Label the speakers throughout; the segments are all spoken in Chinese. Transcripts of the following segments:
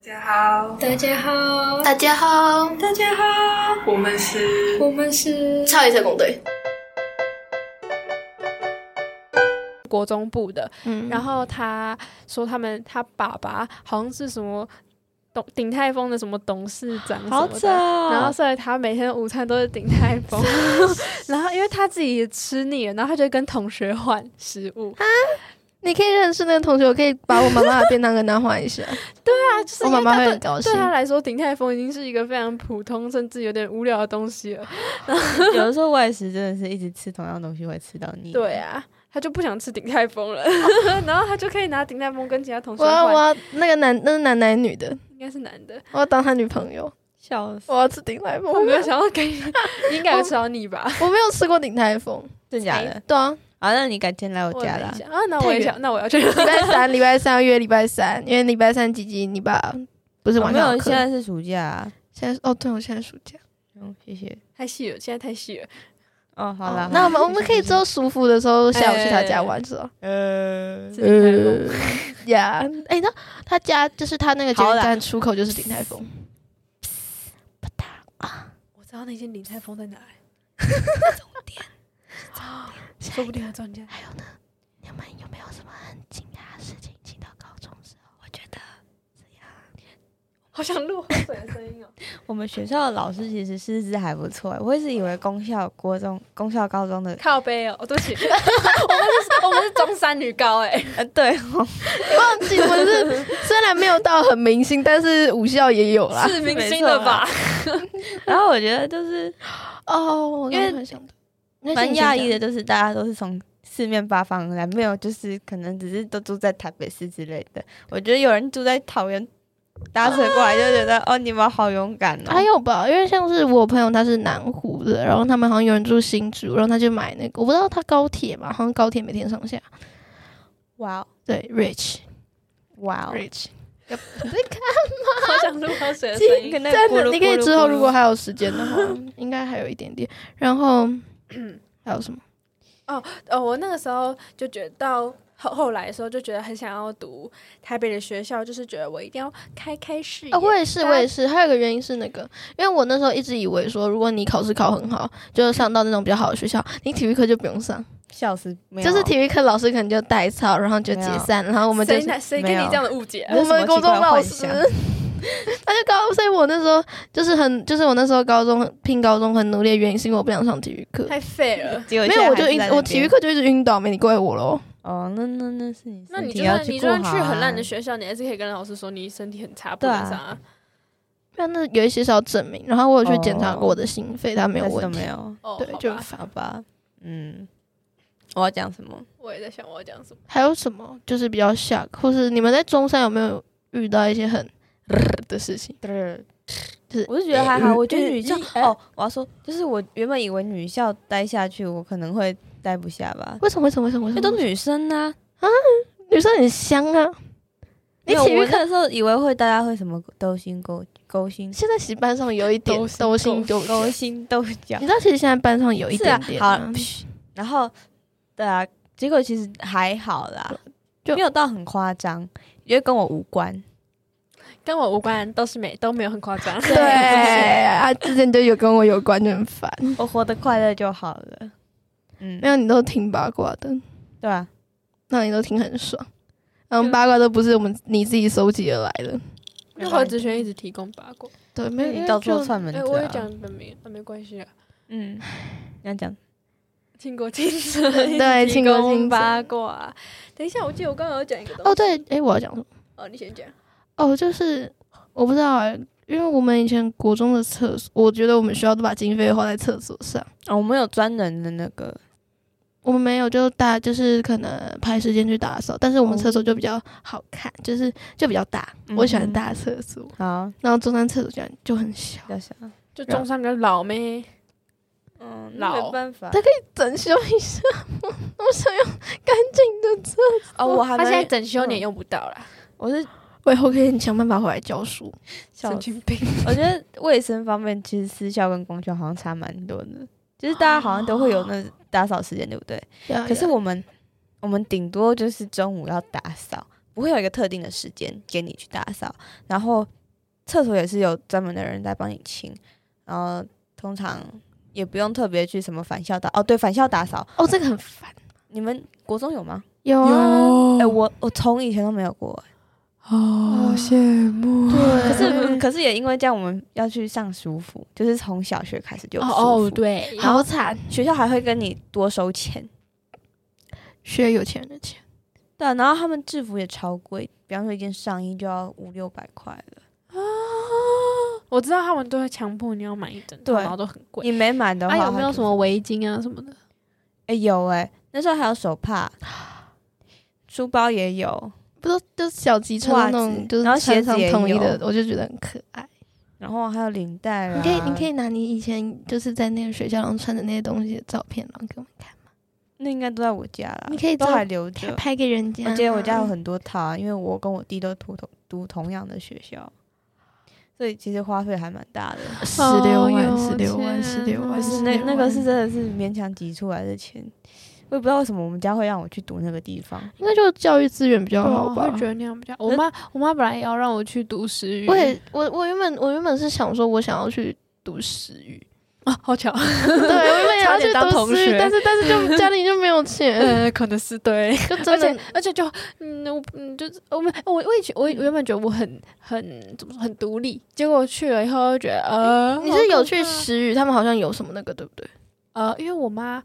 Speaker 1: 大家好，
Speaker 2: 大家好，
Speaker 3: 大家好，
Speaker 1: 大家好，我们是
Speaker 2: 我们是
Speaker 3: 超级特工队。
Speaker 4: 国中部的，
Speaker 3: 嗯
Speaker 4: 然后他说他们他爸爸好像是什么董鼎泰丰的什么董事长什么的，
Speaker 3: 哦
Speaker 4: 然后所以他每天的午餐都是鼎泰 丰，然后因为他自己也吃腻了，然后他就跟同学换食物，
Speaker 3: 你可以认识那个同学，我可以把我妈妈的便当跟他换一 下。
Speaker 4: 啊，就是
Speaker 3: 我
Speaker 4: 因为
Speaker 3: 妈妈
Speaker 4: 他
Speaker 3: 会
Speaker 4: 对
Speaker 3: 很高兴
Speaker 4: 对。他来说鼎泰丰已经是一个非常普通甚至有点无聊的东西
Speaker 3: 哎
Speaker 4: 了，
Speaker 5: 有的时候外食真的是一直吃同样东西会吃到腻。
Speaker 4: 对，啊。他就不想吃鼎泰 丰了，然后他就可以拿鼎泰丰跟其他同学
Speaker 3: 我要我
Speaker 4: 换，
Speaker 3: 要那个男那个男男女的，
Speaker 4: 应该是男的。
Speaker 3: 我要当他女朋友，
Speaker 5: 笑死，
Speaker 3: 我要吃鼎泰丰。
Speaker 4: 我
Speaker 3: 我
Speaker 4: 没 有想到给你，你应该有吃到腻吧？
Speaker 3: 没有吃过鼎泰丰，
Speaker 5: 真假的？
Speaker 3: 对啊，
Speaker 5: 啊，那你改天来我
Speaker 4: 我
Speaker 5: 家
Speaker 4: 等
Speaker 5: 啦
Speaker 4: 一。下啊，那我也想，那我要去。
Speaker 3: 礼拜三 礼拜三要约礼拜三，因为礼拜三吉吉你爸不是
Speaker 5: 我
Speaker 3: 晚
Speaker 5: 没
Speaker 3: 上哦
Speaker 5: 有，
Speaker 3: 有课
Speaker 5: 现，在是暑假、啊。
Speaker 3: 现在哦对，我现在暑假。
Speaker 5: 嗯，谢谢。
Speaker 4: 太细了，现在太细了。
Speaker 5: 哦，好啦。好啦
Speaker 3: 那我们我们可以之后舒服的时候下午去他
Speaker 4: 哎
Speaker 3: 家玩是吧？
Speaker 5: 呃，
Speaker 4: 是鼎泰丰
Speaker 3: 呀，哎，那他家就是他那个捷运
Speaker 5: 好啦
Speaker 3: 站出口就是鼎泰丰，
Speaker 4: 我知道那间鼎泰丰在哪里。总店，说不定我找你家。
Speaker 3: 你们有没有什么很惊讶的事情？进到高中时候，我觉得
Speaker 4: 好想录喝水的声音哦。
Speaker 5: 我们学校的老师其实师资还不错、我一直以为公校、国中、公校、高中的，
Speaker 4: 靠背哦，对不起，我 们是，我们是中山女高哎。
Speaker 5: 呃，对哦，
Speaker 3: 你 忘记我 是虽然没有到很明星，但是武校也有啦。
Speaker 4: 是明星
Speaker 3: 啊
Speaker 4: 的吧？
Speaker 5: 然后我觉得就是
Speaker 3: 哦，
Speaker 5: 因为
Speaker 3: 我刚刚想的那
Speaker 5: 蛮
Speaker 3: 你先
Speaker 5: 讶
Speaker 3: 讲
Speaker 5: 异的，就是大家都是从四面八方而来，没有就是可能只是都住在台北市之类的。我觉得有人住在桃园，搭车过来就觉得、哦，你们好勇敢哦。
Speaker 3: 还有吧，因为像是我朋友他是南湖的，然后他们好像有人住新竹，然后他就买那个，我不知道他高铁嘛，好像高铁每天上下。
Speaker 5: 哇哦
Speaker 3: 对，Rich
Speaker 5: 哇哦，
Speaker 3: Rich，
Speaker 4: 好 想录喝水的声
Speaker 5: 这
Speaker 4: 音。
Speaker 5: 个那
Speaker 3: 真
Speaker 5: 咕噜
Speaker 3: 的，你可
Speaker 5: 咕
Speaker 3: 以
Speaker 5: 噜
Speaker 3: 之
Speaker 5: 咕
Speaker 3: 后
Speaker 5: 噜
Speaker 3: 如果还有时间的话，应该还有一点点。然后还有什么？
Speaker 4: 哦，我那个时候就觉得到后后来的时候就觉得很想要读台北的学校，就是觉得我一定要开开视野。
Speaker 3: 啊，我也是，
Speaker 4: 大
Speaker 3: 我
Speaker 4: 家
Speaker 3: 也是。还有一个原因是那个，因为我那时候一直以为说，如果你考试考很好，就是上到那种比较好的学校，你体育课就不用上，
Speaker 5: 笑死，没有啊
Speaker 3: 就是体育课老师可能就代操，然后就解散，然后我们就
Speaker 4: 谁
Speaker 3: 是
Speaker 4: 哪谁给你
Speaker 5: 没有
Speaker 4: 这样的误解啊？
Speaker 3: 我们高中老师
Speaker 5: 这是什么奇怪的幻，
Speaker 3: 他就高，所以我那时候就是很，就是我那时候高中拼高中很努力的原因，是因为我不想上体育课，
Speaker 4: 太废了。
Speaker 5: 结果
Speaker 3: 没
Speaker 5: 现在
Speaker 3: 有我
Speaker 5: 还
Speaker 3: 就是一
Speaker 5: 在
Speaker 3: 直
Speaker 5: 那
Speaker 3: 我体育
Speaker 5: 边
Speaker 3: 课就一直晕倒，没你怪我喽。
Speaker 5: 哦，那那那是你身体
Speaker 4: 那你就
Speaker 5: 要
Speaker 4: 算
Speaker 5: 去
Speaker 4: 你就
Speaker 5: 顾
Speaker 4: 算去
Speaker 5: 好
Speaker 4: 很烂的
Speaker 5: 啊
Speaker 4: 学校，你还是可以跟老师说你身体很差，不
Speaker 5: 对
Speaker 4: 能
Speaker 5: 啊
Speaker 4: 上啊。
Speaker 3: 但那有一些是要证明，然后我有去检查
Speaker 5: 哦
Speaker 3: 过我的心肺，它没有
Speaker 5: 但是都
Speaker 3: 问题
Speaker 5: 没。有，
Speaker 4: 哦，
Speaker 3: 对
Speaker 4: 好
Speaker 3: 就
Speaker 4: 吧
Speaker 5: 好吧，嗯，我要讲什么？
Speaker 4: 我也在想我要讲什么。
Speaker 3: 还有什么就是比较吓，或是你们在中山有没有遇到一些很 的事情？
Speaker 5: 对，
Speaker 3: 就是
Speaker 5: 我是觉得还好，我觉得
Speaker 4: 嗯
Speaker 5: 女校
Speaker 4: 一
Speaker 5: 哦，我要说，就是我原本以为女校待下去，我可能会待不下吧，
Speaker 3: 为什么？为什么？为什么？为
Speaker 5: 因
Speaker 3: 什
Speaker 5: 为
Speaker 3: 么
Speaker 5: 都女生啊。
Speaker 3: 女生很香啊！你
Speaker 5: 没有
Speaker 3: 体育
Speaker 5: 我
Speaker 3: 课
Speaker 5: 那个时候以为会大家会什么勾心勾勾心
Speaker 3: 现在其实班上有一点
Speaker 4: 勾
Speaker 3: 勾
Speaker 4: 心
Speaker 3: 心
Speaker 4: 斗
Speaker 3: 斗
Speaker 5: 勾
Speaker 3: 角，
Speaker 5: 心斗角
Speaker 3: 你，知道其实现在班上有一
Speaker 5: 是啊
Speaker 3: 点点、
Speaker 5: 好嘘 然后对啊，结果其实还好啦，
Speaker 3: 就
Speaker 5: 没有到很夸张，因为跟我无关。
Speaker 4: 跟我无关，都是没都没有很夸 张。
Speaker 3: 对 啊，之前就有跟我有关，就很烦。
Speaker 5: 我活得快乐就好了。嗯
Speaker 3: 没，有，你都听八卦的，
Speaker 5: 对啊，
Speaker 3: 那你都听很爽。嗯，八卦都不是我们你自己收集而来的，
Speaker 4: 那何子轩一直提供八卦，
Speaker 3: 对，没有因
Speaker 5: 你
Speaker 3: 为
Speaker 5: 到处
Speaker 3: 就
Speaker 5: 串门
Speaker 4: 哎、
Speaker 5: 子、啊
Speaker 4: 我也讲本名，啊，没关系啊。
Speaker 5: 嗯，你要讲
Speaker 4: 倾国倾城，
Speaker 3: 对
Speaker 4: 一直
Speaker 3: 倾
Speaker 4: 提
Speaker 3: 国倾
Speaker 4: 供
Speaker 3: 城
Speaker 4: 八卦。啊等一下，我记得我刚刚有讲一个东西。
Speaker 3: 哦，对，诶，我要讲什么？
Speaker 4: 哦，你先讲。
Speaker 3: 哦，就是我不知道、欸，因为我们以前国中的厕所，我觉得我们学校都把经费花在厕所上，
Speaker 5: 哦，我们有专人的那个，
Speaker 3: 我们没有就大就是可能排时间去打扫，但是我们
Speaker 5: 哦
Speaker 3: 厕所就比较好看，就是就比较大，我喜欢大厕所，
Speaker 5: 好，
Speaker 3: 然后中山厕所就很就很小，
Speaker 5: 要想，
Speaker 4: 就中山的老妹，
Speaker 5: 嗯
Speaker 4: 那没
Speaker 5: 办法
Speaker 3: 整修一下吗，我想要干净的厕，
Speaker 5: 哦，我还
Speaker 4: 他现在
Speaker 5: 蛮，
Speaker 4: 整修你也用不到啦，
Speaker 5: 我是
Speaker 3: 我以后可以想办法回来教书，
Speaker 5: 小，
Speaker 4: 菌 病。
Speaker 5: 我觉得卫生方面其实私校跟公校好像差蛮多的，就是大家好像都会有那
Speaker 3: 啊
Speaker 5: 打扫时间，对不对？可是
Speaker 3: 我
Speaker 5: 我们我们顶多就是中午要打扫，不会有一个特定的时间给你去打扫，然后厕所也是有专门的人在帮你清，然后通常也不用特别去什么返校打哦，对，返校打扫，
Speaker 3: 哦，这个很烦。
Speaker 5: 你们国中有吗？
Speaker 3: 有啊，
Speaker 5: 哎、
Speaker 6: 有
Speaker 5: 我我从以前都没有过，
Speaker 6: 好羡慕。
Speaker 5: 可
Speaker 3: 对
Speaker 5: 是可是也因为这样，我们要去上舒服，就是从小学开始就有舒服，
Speaker 6: 对
Speaker 3: 哦好惨，
Speaker 5: 学校还会跟你多收钱，
Speaker 3: 学有钱人的钱，
Speaker 5: 对啊，然后他们制服也超贵，比方说一件上衣就要五六百块了，
Speaker 4: 啊我知道他们都会强迫你要买一整套，
Speaker 5: 对
Speaker 4: 然后都很贵。
Speaker 5: 你没买的话，
Speaker 4: 啊，有没
Speaker 5: 它
Speaker 4: 有
Speaker 5: 就
Speaker 4: 什么围巾啊什么的？
Speaker 5: 哎、有哎、那时候还有手帕，书包也有，
Speaker 3: 不都就是小吉穿那
Speaker 5: 袜
Speaker 3: 种
Speaker 5: 子
Speaker 3: 就是
Speaker 5: 然后鞋
Speaker 3: 穿
Speaker 5: 子
Speaker 3: 上
Speaker 5: 也
Speaker 3: 统一的，
Speaker 5: 有
Speaker 3: 我就觉得很可爱。
Speaker 5: 然后还有领带、啊。
Speaker 3: 你可以，你可
Speaker 5: 以，
Speaker 3: 以拿你以前就是在那个学校然后穿的那些东西的照片，然啊后给我们看，
Speaker 5: 那应该都在我家啦，
Speaker 3: 你可以
Speaker 5: 都
Speaker 3: 照
Speaker 5: 还留
Speaker 3: 拍
Speaker 5: 着。
Speaker 3: 拍给人家。
Speaker 5: 我记得我家有很多套啊，因为我跟我弟都读同读同样的学校，所以其实花费还蛮大的。
Speaker 3: 十六万，
Speaker 4: 哦
Speaker 3: 十六万，
Speaker 4: 有
Speaker 3: 十
Speaker 4: 钱
Speaker 3: 六万，
Speaker 4: 不
Speaker 5: 就是
Speaker 4: 是
Speaker 5: 那
Speaker 3: 16
Speaker 5: 那个
Speaker 3: 万
Speaker 5: 是真的是勉强挤出来的钱，我也不知道为什么我们家会让我去读那个地方。
Speaker 3: 应该就是教育资源比较好
Speaker 4: 哦我
Speaker 3: 吧
Speaker 4: 啊会？觉得那样比较。我妈我妈本来也要让我去读诗语，
Speaker 3: 嗯我也我我原本我原本是想说，我想要去读史语，
Speaker 4: 啊，好 巧，
Speaker 3: 对，我原本也
Speaker 4: 差
Speaker 3: 要
Speaker 4: 点
Speaker 3: 去
Speaker 4: 当
Speaker 3: 读
Speaker 4: 同
Speaker 3: 史语，
Speaker 4: 学
Speaker 3: 但是但是就家里就没有 钱，
Speaker 4: 呃，可能是 对。
Speaker 3: 就
Speaker 4: 而
Speaker 3: 真
Speaker 4: 且
Speaker 3: 的
Speaker 4: 而且就嗯，我嗯就是我们我我以前
Speaker 3: 嗯
Speaker 4: 我原本觉得我很很怎么说很独立，结果去了以后就觉得呃，
Speaker 3: 你
Speaker 4: 好
Speaker 3: 是有
Speaker 4: 可
Speaker 3: 去
Speaker 4: 怕
Speaker 3: 史语，他们好像有什么那个对不对？
Speaker 4: 呃，因为我妈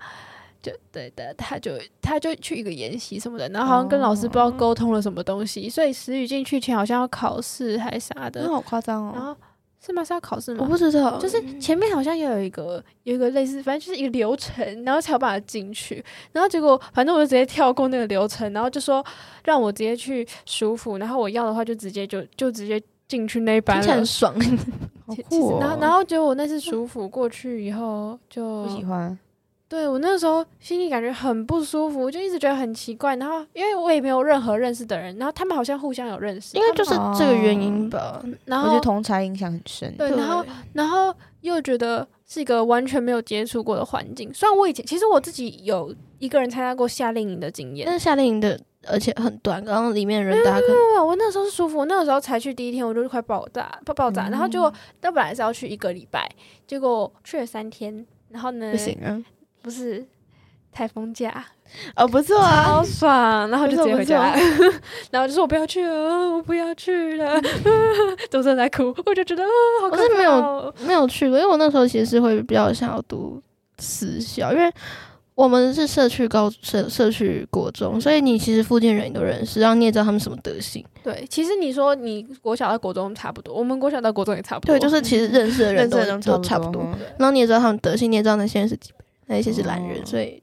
Speaker 4: 就对的，她就她就去一个研习什么的，然后好像跟老师不知道
Speaker 3: 哦
Speaker 4: 沟通了什么东西，所以时语进去前好像要考试还啥的，
Speaker 5: 那好夸张哦！
Speaker 4: 然
Speaker 5: 嗯
Speaker 4: 后是吗？是要考试吗？
Speaker 3: 我不知道，
Speaker 4: 嗯就是前面好像也有一个有一个类似，反正就是一个流程，然后才有办法进去。然后结果反正我就直接跳过那个流程，然后就说让我直接去舒服，然后我要的话就直接就就直接进去那一班
Speaker 3: 听起来
Speaker 4: 了
Speaker 3: 很。爽，
Speaker 5: 好
Speaker 4: 其其
Speaker 5: 酷
Speaker 4: 实
Speaker 5: 哦！
Speaker 4: 然后然后结果我那次舒服过去以后就
Speaker 5: 不喜欢，
Speaker 4: 对我那时候心里感觉很不舒服，我就一直觉得很奇怪。然后因为我也没有任何认识的人，然后他们好像互相有认识，
Speaker 3: 应该就是
Speaker 5: 哦
Speaker 3: 这个原因吧。
Speaker 4: 然
Speaker 5: 我觉得
Speaker 4: 后
Speaker 5: 同才影响很深。
Speaker 4: 对，然后然后又觉得是一个完全没有接触过的环境。虽然我以前其实我自己有一个人参加过夏令营的经验
Speaker 5: 嗯
Speaker 3: 但，是夏令营的，而且很短，然后里面人大家可能
Speaker 4: 对，我那时候是舒服，我那个时候才去第一天，我就快爆炸，爆爆炸。然后结
Speaker 5: 嗯
Speaker 4: 果那本来是要去一个礼拜，结果去了三天，然后
Speaker 3: 嗯
Speaker 4: 呢，
Speaker 5: 不行 啊！
Speaker 4: 不是台风假，
Speaker 5: 哦，不错啊，
Speaker 4: 好爽，然后就直接回家
Speaker 5: 不，
Speaker 4: 然后就说我不要去了，我不要去 了，都是在哭，我就觉得啊，好可
Speaker 3: 我是没
Speaker 4: 怕
Speaker 3: 有
Speaker 4: 哦。
Speaker 3: 没有去过，因为我那时候其实是会比较想要读私校，因为我们是社区高社社区国中，所以你其实附近人你都认识，然后你也知道他们什么德性，
Speaker 4: 对，其实你说你国小到国中差不多，我们国小到国中也差不多，
Speaker 3: 对，就是其实嗯认识的人
Speaker 5: 认
Speaker 3: 都
Speaker 5: 真人
Speaker 3: 都差
Speaker 5: 不
Speaker 3: 不多，
Speaker 5: 哦
Speaker 3: 然后你也知道他们德性，你也知道哪些人是几本，哪一些是懒人，
Speaker 5: 哦
Speaker 3: 所以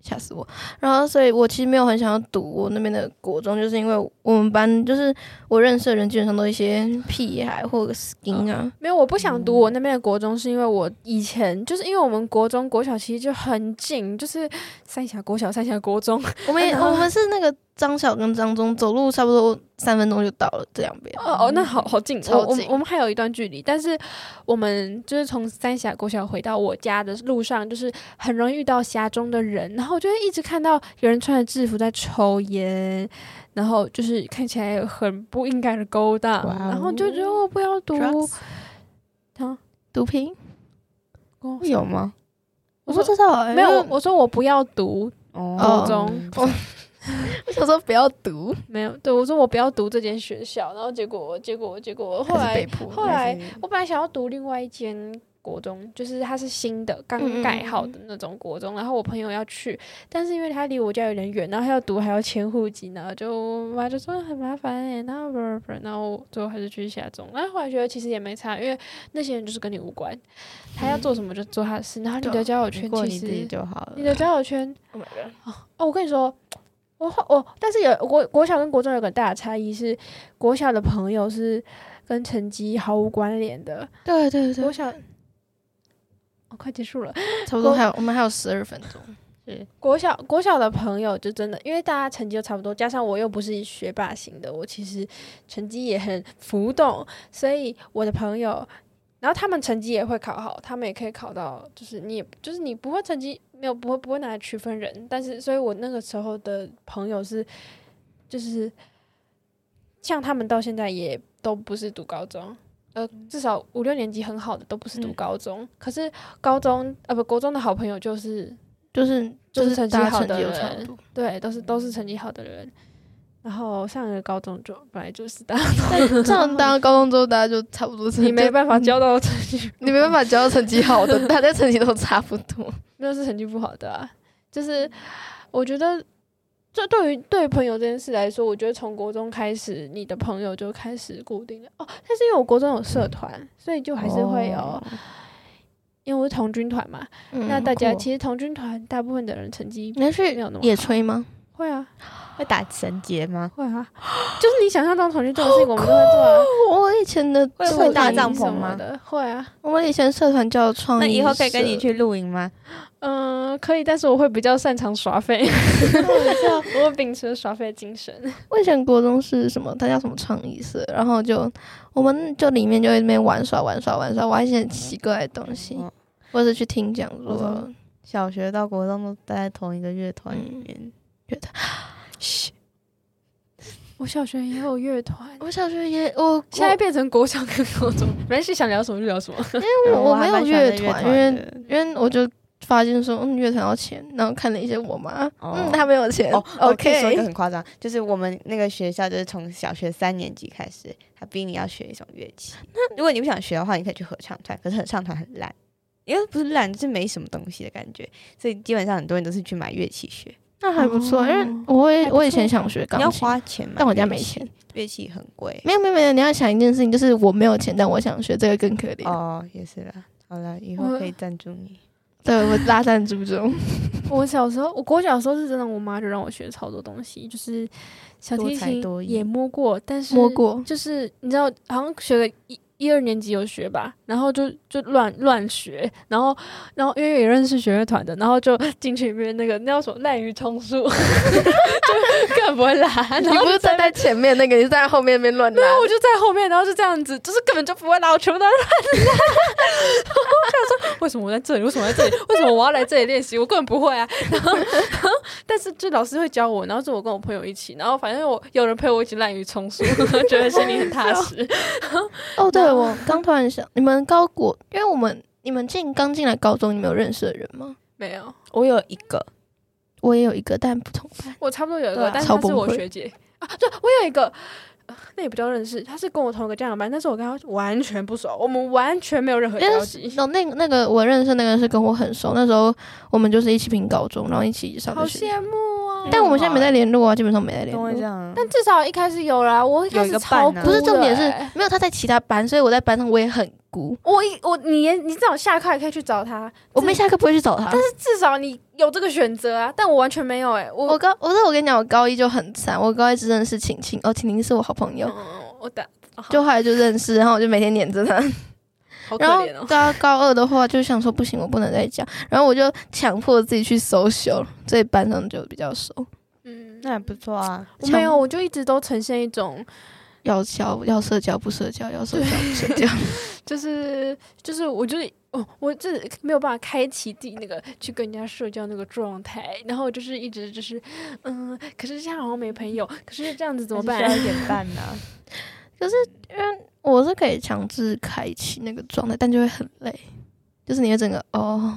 Speaker 3: 吓死我。然后，所以我其实没有很想要读我那边的国中，就是因为我们班就是我认识的人基本上都一些屁孩或者 skin 啊，
Speaker 4: 没有，我不想读我那边的国中，是因为我以前就是因为我们国中国小其实就很近，就是三峡国小、三峡国中，
Speaker 3: 我们也
Speaker 4: 然后
Speaker 3: 我们是那个张小跟张中走路差不多三分钟就到了这两边。
Speaker 4: 哦哦，那好好近，
Speaker 3: 超
Speaker 4: 我我
Speaker 3: 近
Speaker 4: 我们还有一段距离，但是我们就是从三峡国小回到我家的路上，就是很容易遇到峡中的人，然后我就会一直看到有人穿着制服在抽烟，然后就是看起来有很不应该的勾当，
Speaker 5: 哇哦
Speaker 4: 然后就觉得我不要读
Speaker 5: Drugs
Speaker 4: 啊，
Speaker 3: 毒品
Speaker 4: 我
Speaker 5: 有吗？
Speaker 3: 我
Speaker 4: 我
Speaker 3: 不
Speaker 4: 说
Speaker 3: 知道哎、
Speaker 4: 没有，
Speaker 3: 因为
Speaker 4: 我我说我不要读，
Speaker 5: 哦
Speaker 3: 哦
Speaker 4: 国中
Speaker 3: 我想说不要读，
Speaker 4: 没有，对我说我不要读这间学校，然后结果结果结果后
Speaker 3: 还是
Speaker 4: 来
Speaker 3: 被迫
Speaker 4: 后来我本来想要读另外一间国中，就是它是新的
Speaker 5: 嗯
Speaker 4: 刚盖好的那种国中，然后我朋友要去，但是因为他离我家有点远，然后他要读还要迁户籍，然后就我妈就说很麻烦哎、然后不不不，然后我最后还是去下中，然后后来觉得其实也没差，因为那些人就是跟你无关，他要做什么就做他的事，然后你
Speaker 3: 对啊
Speaker 4: 的交友
Speaker 5: 去
Speaker 4: 圈
Speaker 5: 过
Speaker 4: 其
Speaker 5: 你
Speaker 4: 实
Speaker 5: 自己就好了
Speaker 4: 你。的交友圈
Speaker 3: ，Oh
Speaker 4: 哦，我跟你说，我后我但是有国国小跟国中有个大的差异是，国小的朋友是跟成绩毫无关联的。
Speaker 3: 对对
Speaker 4: 国
Speaker 3: 对，
Speaker 4: 小，哦，快结束了。
Speaker 3: 差不多还有我们还有十二分钟，
Speaker 4: 国小国小的朋友就真的，因为大家成绩都差不多，加上我又不是学霸型的，我其实成绩也很浮动，所以我的朋友，然后他们成绩也会考好，他们也可以考到，就是你也就是你不会成绩没有不会不会拿来区分人，但是所以我那个时候的朋友是就是像他们到现在也都不是读高中，呃，至少五六年级很好的都不是读
Speaker 3: 嗯
Speaker 4: 高中，可是高中呃不国中的好朋友就是
Speaker 3: 就是
Speaker 4: 就是成绩
Speaker 3: 大家
Speaker 4: 好
Speaker 3: 成
Speaker 4: 的
Speaker 3: 绩有
Speaker 4: 人
Speaker 3: 差不多，
Speaker 4: 对都是都是成绩好的人，然后上了高中就本来就是大，
Speaker 3: 但上当高中之后大家就差不多是，
Speaker 4: 你没
Speaker 3: 就
Speaker 4: 办法交 到成绩
Speaker 3: 你没办法教成绩好 的，大家成绩都差不多。
Speaker 4: 那是成绩不好的啊。就是我觉得，这对于对于朋友这件事来说，我觉得从国中开始，你的朋友就开始固定了哦。但是因为我国中有社团，所以就还是会有，
Speaker 5: 哦嗯
Speaker 4: 因为我是童军团嘛。那大家其实童军团大部分的人成绩
Speaker 3: 你要
Speaker 4: 没
Speaker 3: 去
Speaker 4: 有那么
Speaker 3: 野
Speaker 4: 好
Speaker 3: 炊吗？
Speaker 4: 会啊
Speaker 5: 会打绳结吗？
Speaker 4: 会啊，就是你想象中童军这种事情，我们都会做啊。
Speaker 3: 我以前的
Speaker 5: 会
Speaker 3: 社
Speaker 5: 会搭
Speaker 3: 团
Speaker 5: 帐篷
Speaker 4: 什么
Speaker 5: 吗
Speaker 4: 的会啊，
Speaker 3: 我们以前社团叫创
Speaker 5: 那
Speaker 3: 意，
Speaker 5: 以后可以跟你。去露营吗？
Speaker 4: 嗯、可以，但是我会比较擅长耍废， 我秉持耍废精神。
Speaker 3: 我以前国中是什么？它叫什么创意社？然后就我们就里面就在那边玩耍玩耍玩耍，玩一些很奇怪的东西，
Speaker 5: 哦
Speaker 3: 或者去听讲
Speaker 5: 我懂
Speaker 3: 座。
Speaker 5: 小学到国中都待在同一个乐团里
Speaker 3: 嗯
Speaker 5: 面，
Speaker 4: 我小学也有乐团，
Speaker 3: 我小学也我
Speaker 4: 现在变成国小跟高中，没关系，想聊什么就聊什么。
Speaker 3: 因为
Speaker 5: 然后
Speaker 3: 我
Speaker 5: 还
Speaker 3: 没有
Speaker 5: 蛮喜欢
Speaker 3: 乐
Speaker 5: 在乐
Speaker 3: 团，因
Speaker 5: 团
Speaker 3: 为
Speaker 5: 的
Speaker 3: 因为我就发现说，嗯，乐团要钱，然后看了一些我妈，
Speaker 5: 哦
Speaker 3: 嗯，她没有 钱
Speaker 5: 哦我可以说一
Speaker 3: ，OK，
Speaker 5: 个很夸张，就是我们那个学校就是从小学三年级开始，他逼你要学一种乐器。那如果你不想学的话，你可以去合唱团，可是合唱团很烂，因为不是烂，就是没什么东西的感觉，所以基本上很多人都是去买乐器学。
Speaker 3: 那还哦不错，因为我也我以前想学钢
Speaker 5: 你要
Speaker 3: 琴，
Speaker 5: 花钱买，
Speaker 3: 但我家没钱，
Speaker 5: 乐器很贵。
Speaker 3: 没有没有没有，你要想一件事情，就是我没有钱，但我想学，这个更可怜。
Speaker 5: 哦，也是啦，好了，以
Speaker 4: 我
Speaker 5: 后可以赞助你。
Speaker 3: 对我拉赞助 中，
Speaker 4: 我小时候，我国小的时候是真的，我妈就让我学超多东西，就是小提
Speaker 5: 多才多
Speaker 4: 琴
Speaker 5: 艺
Speaker 4: 也摸过，但是
Speaker 3: 摸过
Speaker 4: 就是你知道，好像学了一一二年级有学吧，然后就就乱乱学，然后然后因为也认识学乐团的，然后就进去里面那个那叫什么滥竽充数， 就根本不会拉，然
Speaker 3: 你
Speaker 4: 后
Speaker 3: 不是
Speaker 4: 就
Speaker 3: 站
Speaker 4: 在那边
Speaker 3: 在前面那个，你是站在后面那边乱拉
Speaker 4: 对，。我就在后面，然后就这样子，就是根本就不 会拉，我全部都在乱拉。然后我想说，为什么我在这里？为什么我在这里？为什么我要来这里练习？我根本不会啊。 然后，然后但是就老师会教我，然后是我跟我朋友一起，然后反正我有人陪我一起滥竽充数， 觉得心里很踏实。
Speaker 3: 哦，对，
Speaker 4: 然后
Speaker 3: 我刚突然想，你们高国，因为我们你们进刚进来高中，你们有认识的人吗？
Speaker 4: 没有，
Speaker 5: 我有一个，
Speaker 3: 我也有一个，但不同班。
Speaker 4: 我差不多有一
Speaker 5: 对
Speaker 4: 个
Speaker 5: 啊，
Speaker 4: 但是
Speaker 3: 超
Speaker 4: 她是
Speaker 3: 崩
Speaker 4: 我
Speaker 3: 溃
Speaker 4: 学姐啊，对，我有一个。呃那也不叫认识，她是跟我同一个家长班，但是我跟她完全不熟，我们完全没有任何
Speaker 3: 因
Speaker 4: 交
Speaker 3: 为
Speaker 4: 集，
Speaker 3: 哦，那个那个我认识那个人是跟我很熟，那时候我们就是一起评高中，然后一起上
Speaker 4: 好
Speaker 3: 的学。
Speaker 4: 羡慕哦。
Speaker 3: 但我们现在没在联络啊，基本上没在联
Speaker 5: 跟
Speaker 3: 络
Speaker 5: 我。这样啊，
Speaker 4: 但至少一开始有啦，我一开
Speaker 5: 有一
Speaker 4: 始
Speaker 5: 个
Speaker 4: 超
Speaker 5: 伴啊
Speaker 4: 孤
Speaker 3: 不是
Speaker 4: 的
Speaker 3: 重点是
Speaker 4: 欸
Speaker 3: 没有他在其他班，所以我在班上我也很孤。
Speaker 4: 我一我你也你至少下课还可以去找他，
Speaker 3: 我没下课不会去找他。但是
Speaker 4: 至少你有这个选择啊，但我完全没有哎、我
Speaker 3: 我高，我说我跟你讲，我高一就很惨，我高一只认识晴晴，哦，晴晴是我好朋友，
Speaker 4: 嗯我打
Speaker 3: 就后来就认识，然后我就每天黏着她。
Speaker 4: 好可
Speaker 3: 然后
Speaker 4: 怜哦，
Speaker 3: 到高二的话，就想说不行，我不能再讲，然后我就强迫自己去搜修，所以班上就比较熟。
Speaker 4: 嗯，
Speaker 5: 那也不错啊。
Speaker 4: 我没有，我就一直都呈现一种
Speaker 3: 要交要社交不社交，要社交不社交。
Speaker 4: 就是就是我就是。哦，我这没有办法开启自己那个去跟人家社交那个状态，然后我就是一直就是，嗯，可是这样好像没朋友，可是这样子怎么办
Speaker 5: 还？是需要一点伴 呢、
Speaker 3: 我是可以强制开启那个状态，但就会很累，就是你会整个哦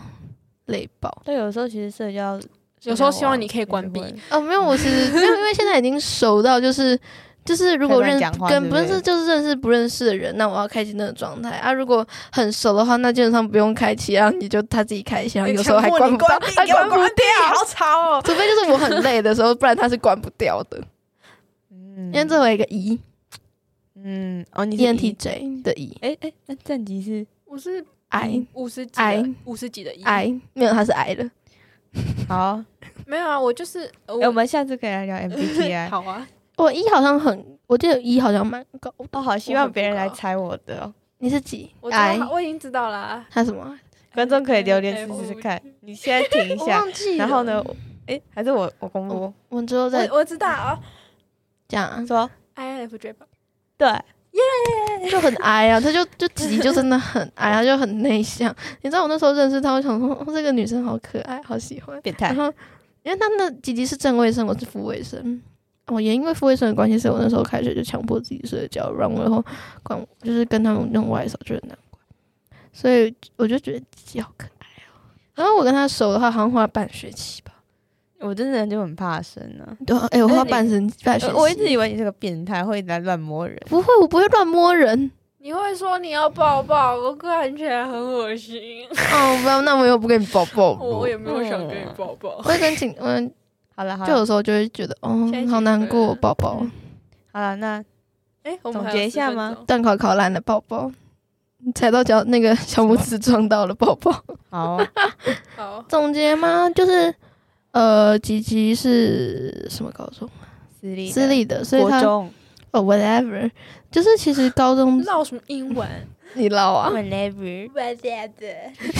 Speaker 3: 累爆。
Speaker 5: 但有时候其实社交，
Speaker 4: 有时候希望你可以关闭
Speaker 5: 社交网也是会
Speaker 3: 哦，没有，我其实没有，因为现在已经熟到就是就是如果
Speaker 5: 太乱
Speaker 3: 认
Speaker 5: 讲话
Speaker 3: 跟不
Speaker 5: 对不对
Speaker 3: 认识就是认识不认识的人，那我要开启那个状态啊。如果很熟的话，那基本上不用开启，然后你就他自己开启，然啊后有时候还关不到， 还关不
Speaker 1: 掉，好吵哦！
Speaker 3: 除非就是我很累的时候，不然他是关不掉 的。
Speaker 5: 嗯
Speaker 3: 因为这有一个 E
Speaker 5: 嗯，哦，你
Speaker 3: E
Speaker 5: 是
Speaker 3: N T
Speaker 5: E
Speaker 3: J 的 E
Speaker 5: 哎哎，那战绩是
Speaker 4: 我是
Speaker 3: I
Speaker 4: 五十几
Speaker 3: 哎
Speaker 4: 的，五十几的一，
Speaker 3: I 没有，他是 I 的。
Speaker 5: 好，
Speaker 4: 没有啊，我就是呃
Speaker 5: 哎，我们下次可以来聊 MBTI。
Speaker 4: 好啊，
Speaker 3: 我一好像很，我记得一好像蛮高的。
Speaker 5: 我好希望别人来猜我的哦，
Speaker 3: 你是几
Speaker 4: 我知道
Speaker 3: I？
Speaker 4: 他，我已经知道了啊。
Speaker 3: 他什么啊？
Speaker 5: 观众可以留言试试
Speaker 4: F
Speaker 5: 看。你现在停 一
Speaker 3: 我
Speaker 5: 下，
Speaker 3: 忘记了。哦
Speaker 5: 然后呢？我哎，还是我我公布
Speaker 3: 我们之后再
Speaker 4: 我我知道啊
Speaker 3: 讲啊，
Speaker 5: 说
Speaker 4: ，INFJ 吧。
Speaker 5: 对，
Speaker 3: 就很 I 啊，他就就急，就真的很 I，他就很内向。你知道我那时候认识他，我想说，哦，这个女生好可爱，好喜欢。
Speaker 5: 变
Speaker 3: 然
Speaker 5: 态
Speaker 3: 后，因为他的姐姐是正位生，我是副位生，我也因为副卫生的关系，所以我那时候开学就强迫自己睡觉，然后然后管就是跟他们用外扫就很难管，所以我就觉得自己好可爱哦。然后我跟他熟的话，好像花半学期吧。
Speaker 5: 我真的就很怕生呢、
Speaker 3: 对啊，哎、我花半生半学期，呃
Speaker 5: 呃我我一直以为你是个变态，会一直在乱摸人。
Speaker 3: 不会，我不会乱摸人。
Speaker 4: 你会说你要抱抱，我看起来很恶心。
Speaker 3: 哦，不要，那我又不跟你抱抱了。
Speaker 4: 我我也没有想跟你抱抱
Speaker 3: 我。会跟请嗯，
Speaker 5: 好了好
Speaker 3: 就
Speaker 5: 了
Speaker 3: 有时候就会觉得，哦
Speaker 4: 现在，嗯
Speaker 3: 好
Speaker 4: 几
Speaker 3: 难
Speaker 4: 岁
Speaker 3: 过，
Speaker 4: 了
Speaker 3: 抱抱，
Speaker 5: 好了，那
Speaker 4: 哎、我们
Speaker 5: 总
Speaker 4: 还有
Speaker 5: 结一下
Speaker 4: 10分
Speaker 5: 吗
Speaker 4: 钟？
Speaker 3: 断考考烂了，抱抱，踩到脚 那个小拇指撞到了，抱抱。
Speaker 5: 好，
Speaker 4: 好，
Speaker 3: 总结吗？就是呃，吉吉是什么高中？
Speaker 5: 私立的
Speaker 3: 私立的，所以
Speaker 5: 国
Speaker 3: 他
Speaker 5: 中
Speaker 3: 哦，whatever，就是其实高 中
Speaker 4: 唠什么英文？
Speaker 3: 你唠啊，
Speaker 5: whenever
Speaker 4: 我觉得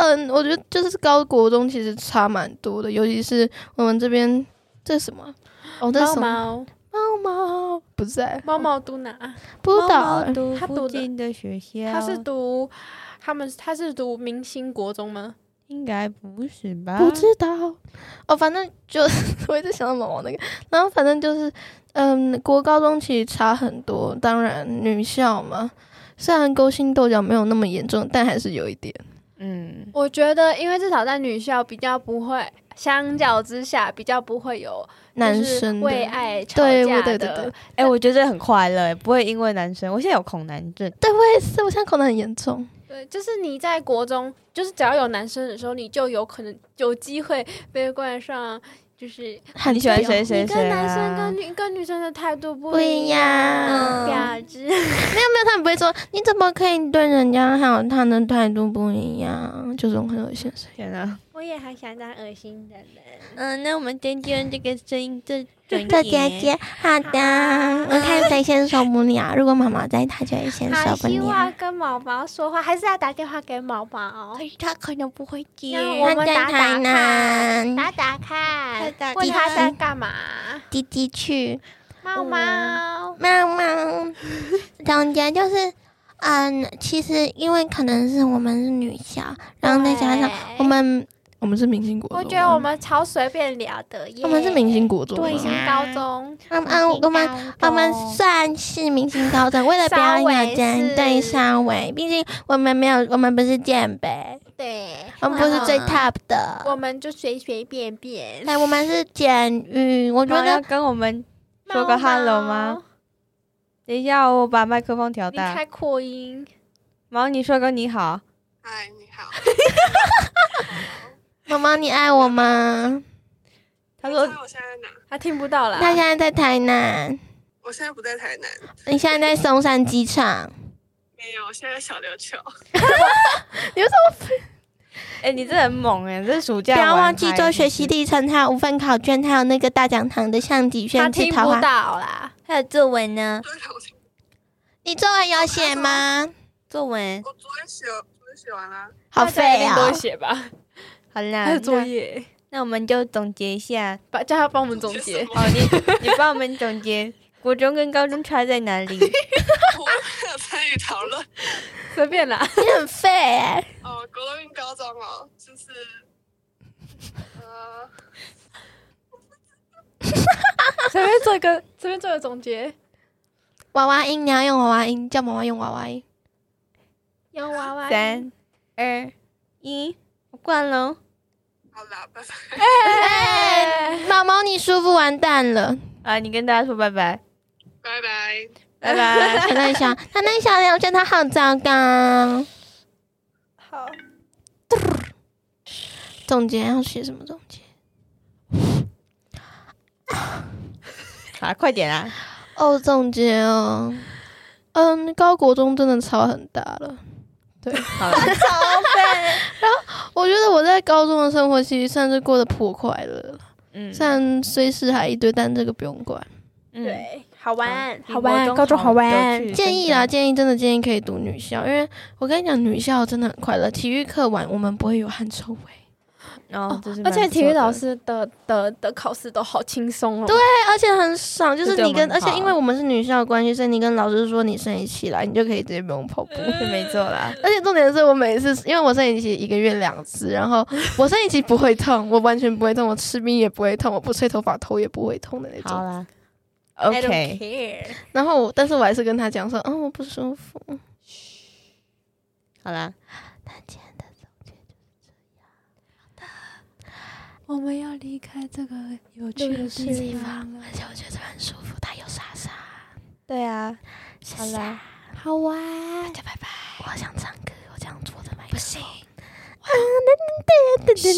Speaker 3: 嗯，我觉得就是高国中其实差蛮多的，尤其是我们这边这是什么啊？哦，这是
Speaker 4: 猫
Speaker 3: 什么？
Speaker 4: 猫
Speaker 3: 猫猫不在，
Speaker 4: 猫猫读哪？
Speaker 3: 不知道欸，
Speaker 5: 读
Speaker 4: 他
Speaker 5: 附
Speaker 4: 读的
Speaker 5: 近的学校，
Speaker 4: 他是读他们他是读明星国中吗？
Speaker 5: 应该不是吧？
Speaker 3: 不知道哦，反正就是 我一直想到毛毛那个，然后反正就是，嗯，国高中其实差很多，当然女校嘛，虽然勾心斗角没有那么严重，但还是有一点。
Speaker 5: 嗯，
Speaker 4: 我觉得，因为至少在女校比较不会，相较之下比较不会有
Speaker 3: 男生的
Speaker 4: 为爱吵
Speaker 3: 对
Speaker 4: 架
Speaker 3: 我对对对
Speaker 4: 的。
Speaker 5: 哎、我觉得很快乐，不会因为男生。我现在有恐男症，
Speaker 3: 对，我也哎是，我现在口难很严重。
Speaker 4: 对，就是你在国中，就是只要有男生的时候，你就有可能有机会被冠上，就是
Speaker 3: 很
Speaker 5: 你喜欢
Speaker 3: 屌
Speaker 5: 谁谁
Speaker 4: 你跟
Speaker 5: 谁
Speaker 4: 男生
Speaker 5: 啊
Speaker 4: 跟？女跟女生的态度不
Speaker 3: 不一样
Speaker 4: 嗯婊子。
Speaker 3: 那他们不会说你怎么可以对人家好，他的态度不一样，就是很恶心的声音。
Speaker 5: 天哪！
Speaker 4: 我也好想当恶心的人。
Speaker 5: 嗯，那我们今天这个声音就
Speaker 3: 这姐姐，好的，我看谁先受不了。如果妈妈在，他就会先受
Speaker 4: 好
Speaker 3: 不
Speaker 4: 希望
Speaker 3: 了。
Speaker 4: 跟毛毛说话，还是要打电话给毛毛。
Speaker 5: 是他可能不会接
Speaker 4: 那我们打打
Speaker 3: 嗯
Speaker 4: 看，打打
Speaker 5: 他
Speaker 4: 看
Speaker 5: 打，
Speaker 4: 问他
Speaker 5: 他
Speaker 4: 在干嘛？
Speaker 3: 弟弟去，
Speaker 4: 猫猫，
Speaker 3: 妈妈，总结就是，嗯，其实因为可能是我们是女校，然后再加上
Speaker 4: 对
Speaker 3: 我们我们是明星国中
Speaker 4: 哎我
Speaker 3: 吗，
Speaker 4: 觉得我们超随便聊的耶。
Speaker 3: 我们是明星啊国中吗，
Speaker 4: 对呀，高中
Speaker 3: 嗯嗯，我们我们
Speaker 4: 哦
Speaker 3: 算是明星高中，为了表演有针对稍微，毕竟我们没有，我们不是垫背，
Speaker 4: 对，
Speaker 3: 我们不是最
Speaker 4: 嗯
Speaker 3: top 的，哎
Speaker 4: 我们就随随便便。
Speaker 3: 但我们是监狱。我觉
Speaker 5: 觉
Speaker 3: 得
Speaker 4: 哦
Speaker 5: 得跟我们说个
Speaker 4: 猫猫
Speaker 5: hello 吗？？等一下，我把麦克风调
Speaker 4: 你
Speaker 5: 大
Speaker 4: 开。扩音，
Speaker 5: 毛，你说个你好，
Speaker 1: 嗨，你好。
Speaker 3: 妈妈，你爱我吗？
Speaker 5: 他
Speaker 1: 那
Speaker 5: 说
Speaker 1: 我现在在哪？
Speaker 4: 他听不到啦。
Speaker 3: 他现在在台南，
Speaker 1: 我现在不在台南，
Speaker 3: 你现在在松山机场。
Speaker 1: 没有，我现在在小琉球。
Speaker 5: 哎、你这很猛哎、这是暑
Speaker 3: 不
Speaker 5: 假
Speaker 3: 要
Speaker 5: 玩
Speaker 3: 忘记
Speaker 5: 拍
Speaker 3: 做
Speaker 5: 的
Speaker 3: 学习历程，还有五份考卷，还有那个大讲堂的橡皮
Speaker 4: 他
Speaker 3: 宣纸
Speaker 4: 听
Speaker 3: 桃
Speaker 4: 不
Speaker 3: 花，
Speaker 4: 到啦，
Speaker 3: 还有作文呢。
Speaker 1: 对了，我听
Speaker 3: 你作文有写吗？
Speaker 5: 作文。
Speaker 1: 我昨天写，昨天写完啦。
Speaker 3: 好
Speaker 4: 大家一
Speaker 3: 废
Speaker 4: 定
Speaker 3: 啊、
Speaker 4: 都会写吧？
Speaker 5: 好啦，
Speaker 4: 他的作
Speaker 5: 那
Speaker 4: 业，
Speaker 5: 那我们就总结一下，
Speaker 4: 把叫他帮我们总
Speaker 1: 写什。
Speaker 4: 结
Speaker 1: 么
Speaker 5: 哦，你你帮我们总结国中跟高中差在哪 里？
Speaker 1: 我没有参与讨论。
Speaker 4: 随便啦，
Speaker 3: 你很废哎、
Speaker 1: 哦，国中跟高中哦，就是，呃，
Speaker 4: 随便做一个，随便做个总结。
Speaker 3: 娃娃音，你要用娃娃音，叫妈妈用娃娃音。
Speaker 4: 洋娃娃，
Speaker 5: 三二一，我挂哦喽。
Speaker 1: 好啦，拜拜。
Speaker 4: 哎
Speaker 3: 毛毛，你舒服完蛋了。
Speaker 5: 啊，你跟大家说拜拜，
Speaker 1: 拜拜。
Speaker 5: 拜拜。
Speaker 3: 小奈小，小奈小聊真的好糟糕。
Speaker 4: 好，
Speaker 3: 总结要写什么总结？
Speaker 5: 好，快点啊！
Speaker 3: 哦，总结哦，嗯，高国中真的差很大了。
Speaker 5: 好了，
Speaker 3: 我觉得我在高中的生活其实算是过得颇快乐了，
Speaker 5: 嗯，
Speaker 3: 虽然虽是还一堆，但这个不用管。
Speaker 5: 嗯，
Speaker 4: 对，好玩，
Speaker 5: 比
Speaker 4: 嗯好
Speaker 5: 国
Speaker 4: 玩，
Speaker 5: 中
Speaker 4: 高中好玩
Speaker 5: 有。趣
Speaker 3: 建议啦，，建议真的建议可以读女校，因为我跟你讲，女校真的很快乐。体育课晚我们不会有汗臭味，
Speaker 5: 然后哦就是
Speaker 4: 哦而且体育老
Speaker 5: 师。
Speaker 4: 师的的的考试都好轻松哦。
Speaker 3: 对而且很爽，就是
Speaker 5: 这对
Speaker 3: 你
Speaker 5: 我
Speaker 3: 跟，
Speaker 5: 们
Speaker 3: 而且
Speaker 5: 好
Speaker 3: 因为我们是女校的关系，所以你跟老师说你生理期来，你就可以直接不用跑步。
Speaker 5: 是没错啦，
Speaker 3: 而且重点是我每一次，因为我生理期一个月两次，然后我生理期不会痛，我完全不会痛，我吃冰也不会痛，我不吹头发头也不会痛的那种。
Speaker 5: 啦
Speaker 4: I don't
Speaker 5: ，OK，
Speaker 4: care
Speaker 3: 然后我，但是我还是跟他讲说，嗯，我不舒服。
Speaker 5: 好啦，
Speaker 6: 我们要离开这个有趣的地方了。
Speaker 3: 且我觉得很舒服，他有莎莎，
Speaker 5: 对啊，
Speaker 3: 谢
Speaker 5: 好啦，
Speaker 6: 好玩，
Speaker 3: 我想唱歌，我想坐着麦克风。不行。